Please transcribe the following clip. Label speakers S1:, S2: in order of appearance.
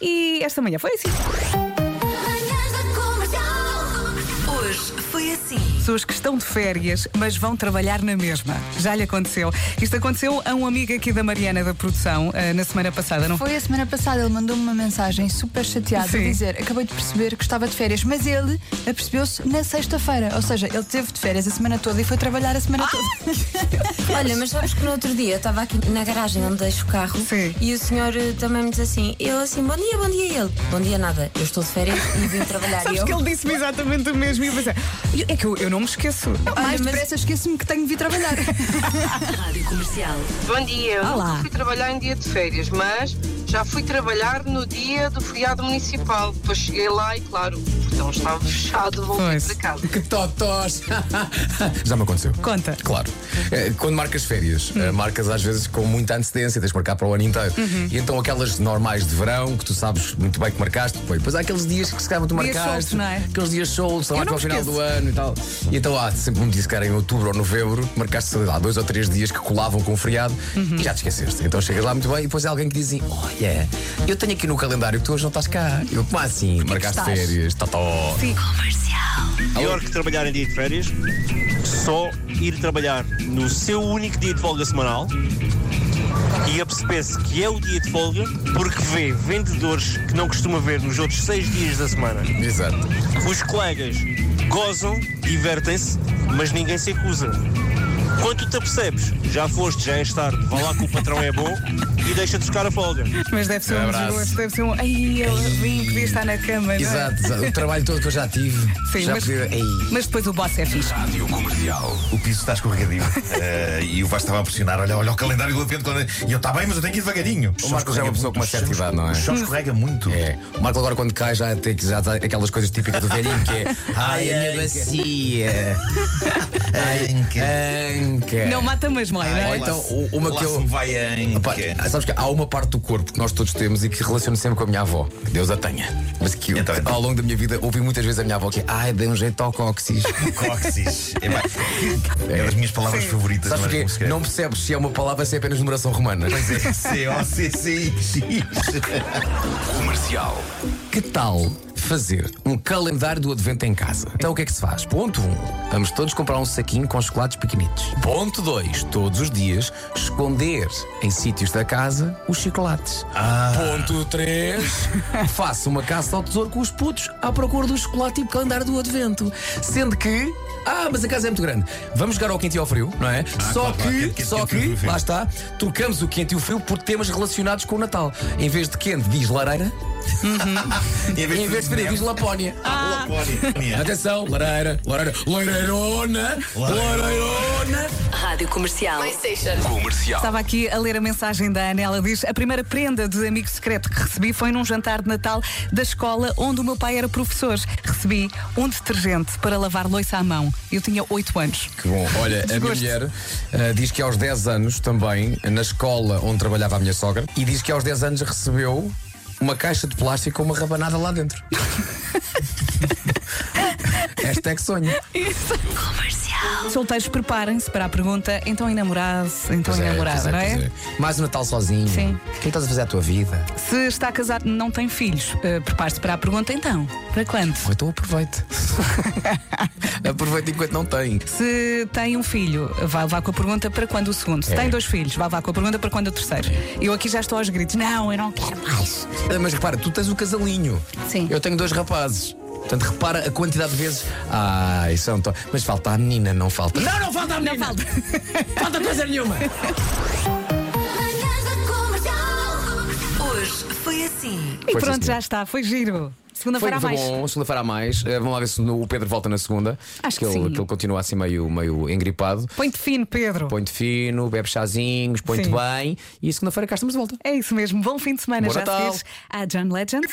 S1: e esta manhã foi assim.
S2: Manhãs da Comercial. Hoje foi assim.
S1: Pessoas que estão de férias, mas vão trabalhar na mesma. Já lhe aconteceu. Isto aconteceu a um amigo aqui da Mariana da produção eh, na semana passada, não foi?
S3: Foi a semana passada, ele mandou-me uma mensagem super chateada
S1: Sim.
S3: a dizer: Acabei de perceber que estava de férias, mas ele apercebeu-se na sexta-feira. Ou seja, ele teve de férias a semana toda e foi trabalhar a semana toda.
S4: Olha, mas sabes que no outro dia eu estava aqui na garagem onde deixo o carro
S1: Sim.
S4: e o senhor eh, também me disse assim: ele assim, bom dia, bom dia, e ele. Bom dia, nada, eu estou de férias e vim trabalhar. E
S1: Sabes
S4: eu.
S1: que ele disse-me exatamente o mesmo e eu pensei, é que eu, eu não me esqueço.
S3: Mais
S4: mas-
S3: depressa esqueço-me que tenho de vir trabalhar.
S2: Rádio Comercial.
S5: Bom dia, eu
S3: Olá.
S5: nunca fui trabalhar em dia de férias, mas já fui trabalhar no dia do feriado municipal. Depois cheguei lá e, claro, o portão estava fechado, voltei
S1: Pois.
S5: para casa.
S6: Que totós! Já me aconteceu.
S1: Conta. Hum.
S6: Claro. Eh, Quando marcas férias, eh, marcas às vezes com muita antecedência, tens de marcar para o ano inteiro.
S1: Uhum.
S6: E então aquelas normais de verão, que tu sabes muito bem que marcaste, depois, depois há aqueles dias que se calhar tu
S1: Dias soltos,
S6: marcaste,
S1: não é?
S6: aqueles dias soltos, são
S1: Eu
S6: mais
S1: não
S6: para o
S1: me
S6: final do
S1: esqueço.
S6: ano e tal. E então há sempre me disse, cara, em outubro ou novembro, marcaste, sei lá, dois ou três dias que colavam com o feriado
S1: Uhum.
S6: e já te esqueceste. Então chegas lá muito bem e depois há alguém que diz assim: Olha, eu tenho aqui no calendário que tu hoje não estás cá. Eu, como assim?
S1: é
S6: Marcaste
S3: estás?
S6: férias, totó.
S7: Pior que trabalhar em dia de férias, só ir trabalhar no seu único dia de folga semanal e aperceber-se que é o dia de folga porque vê vendedores que não costuma ver nos outros seis dias da semana.
S6: Exato.
S7: Os colegas gozam, divertem-se, mas ninguém se acusa. Quando tu te apercebes, já foste, já és tarde, vá lá que o patrão é bom e deixa-te buscar a folga.
S1: Mas deve ser
S6: Um
S1: um
S6: abraço.
S1: desgosto, deve ser um. Ai, eu vim, podia estar na cama. não é?
S6: Exato, exato. O trabalho todo que eu já tive.
S1: Sim,
S6: já
S1: mas,
S6: podia- Ei.
S1: mas depois o boss é fixe.
S8: Rádio comercial. O piso está escorregadio. Eh, e o Vasco estava a pressionar. Olha, olha o calendário do advento. quando é- E eu, está bem, mas eu tenho que ir devagarinho.
S6: O Marco já é uma pessoa com uma certa idade, não é?
S8: Só escorrega muito.
S6: É. O Marco agora quando cai já tem, já tem aquelas coisas típicas do velhinho que é Ai, a minha bacia,
S8: Ah, é Anca.
S6: anca.
S1: Não mata, mas mói, não
S8: Ai,
S1: é?
S8: lá
S6: então,
S8: se-
S6: o- uma
S8: lá
S6: que eu-
S8: se me Vai a
S6: Epá,
S8: anca.
S6: sabes que é. há uma parte do corpo que nós todos temos e que relaciono sempre com a minha avó, que Deus a tenha. Mas que eu,
S8: Então, então.
S6: ao longo da minha vida ouvi muitas vezes a minha avó que é, ai, dei um jeito ao cóccix.
S8: Cóccix. É, pá, é das minhas palavras favoritas.
S6: Sabes
S8: mas
S6: porquê?
S8: como se quer.
S6: Não percebes se é uma palavra, se é apenas numeração romana.
S8: Pois é, C-O-C-C-I-X. Comercial.
S6: Que tal fazer um calendário do advento em casa? Então o que é que se faz? Ponto 1. Um, vamos todos comprar um saquinho com chocolates pequenitos. Ponto 2. Todos os dias esconder em sítios da casa os chocolates.
S8: Ah.
S6: Ponto 3. Faça uma caça ao tesouro com os putos à procura do chocolate e calendário do advento. Sendo que. Ah, mas a casa é muito grande. Vamos jogar ao quente e ao frio, não é? só
S8: Ah, claro, claro.
S6: que,
S8: Quente, quente,
S6: só
S8: quente,
S6: que,
S8: frio, frio.
S6: lá está, trocamos o quente e o frio por temas relacionados com o Natal. Em vez de quente, diz lareira,
S8: Em
S6: em vez de frio, diz Lapónia.
S8: Ah, Lapónia.
S6: Atenção, lareira, lareira, lareirona, lareirona.
S2: Rádio Comercial.
S1: Estava aqui a ler a mensagem da Ana. Ela diz: A primeira prenda de amigo secreto que recebi foi num jantar de Natal da escola onde o meu pai era professor. Recebi um detergente para lavar louça à mão. Eu tinha 8 anos.
S6: Que bom. Olha, a minha
S1: Desgosto.
S6: mulher ah, diz que aos 10 anos também, na escola onde trabalhava a minha sogra, e diz que aos 10 anos recebeu uma caixa de plástico com uma rabanada lá dentro. Esta é que sonho.
S1: Solteiros, preparem-se para a pergunta: então em namorado, então em
S6: Pois é,
S1: namorado,
S6: pois é,
S1: não é?
S6: pois é. Mais um Natal sozinho.
S1: Sim.
S6: O que é que estás a fazer à tua vida?
S1: Se está casado e não tem filhos, eh, prepare-se para a pergunta: então, para quando?
S6: Ou então aproveite. aproveite enquanto não tem.
S1: Se tem um filho, vá levar com a pergunta para quando o segundo.
S6: É.
S1: Se tem dois filhos, vá levar com a pergunta para quando o terceiro. Eu aqui já estou aos gritos: não, eu não quero mais.
S6: Ah, Mas repara, tu tens o casalinho.
S1: Sim.
S6: Eu tenho dois rapazes. Portanto, repara a quantidade de vezes. Ah, Ai, são. um to- Mas falta a menina, não falta. Não, não falta a menina! falta. falta coisa nenhuma!
S2: Manhãs da Comercial. Hoje foi assim.
S1: E
S6: Foi, sim,
S1: pronto, já
S6: senhor.
S1: está, foi giro.
S6: Foi,
S1: Segunda-feira a
S6: foi
S1: mais.
S6: bom, segunda-feira há mais. Eh, vamos lá ver se no- o Pedro volta na segunda.
S1: Acho que
S6: ele,
S1: sim.
S6: ele continua assim meio, meio engripado.
S1: Põe-te fino, Pedro.
S6: Põe-te fino, bebe chazinhos, põe-te
S1: Sim.
S6: bem. E segunda-feira cá estamos de volta.
S1: É isso mesmo. Bom fim de semana.
S6: Bom
S1: já
S6: Natal.
S1: seguires a John Legend.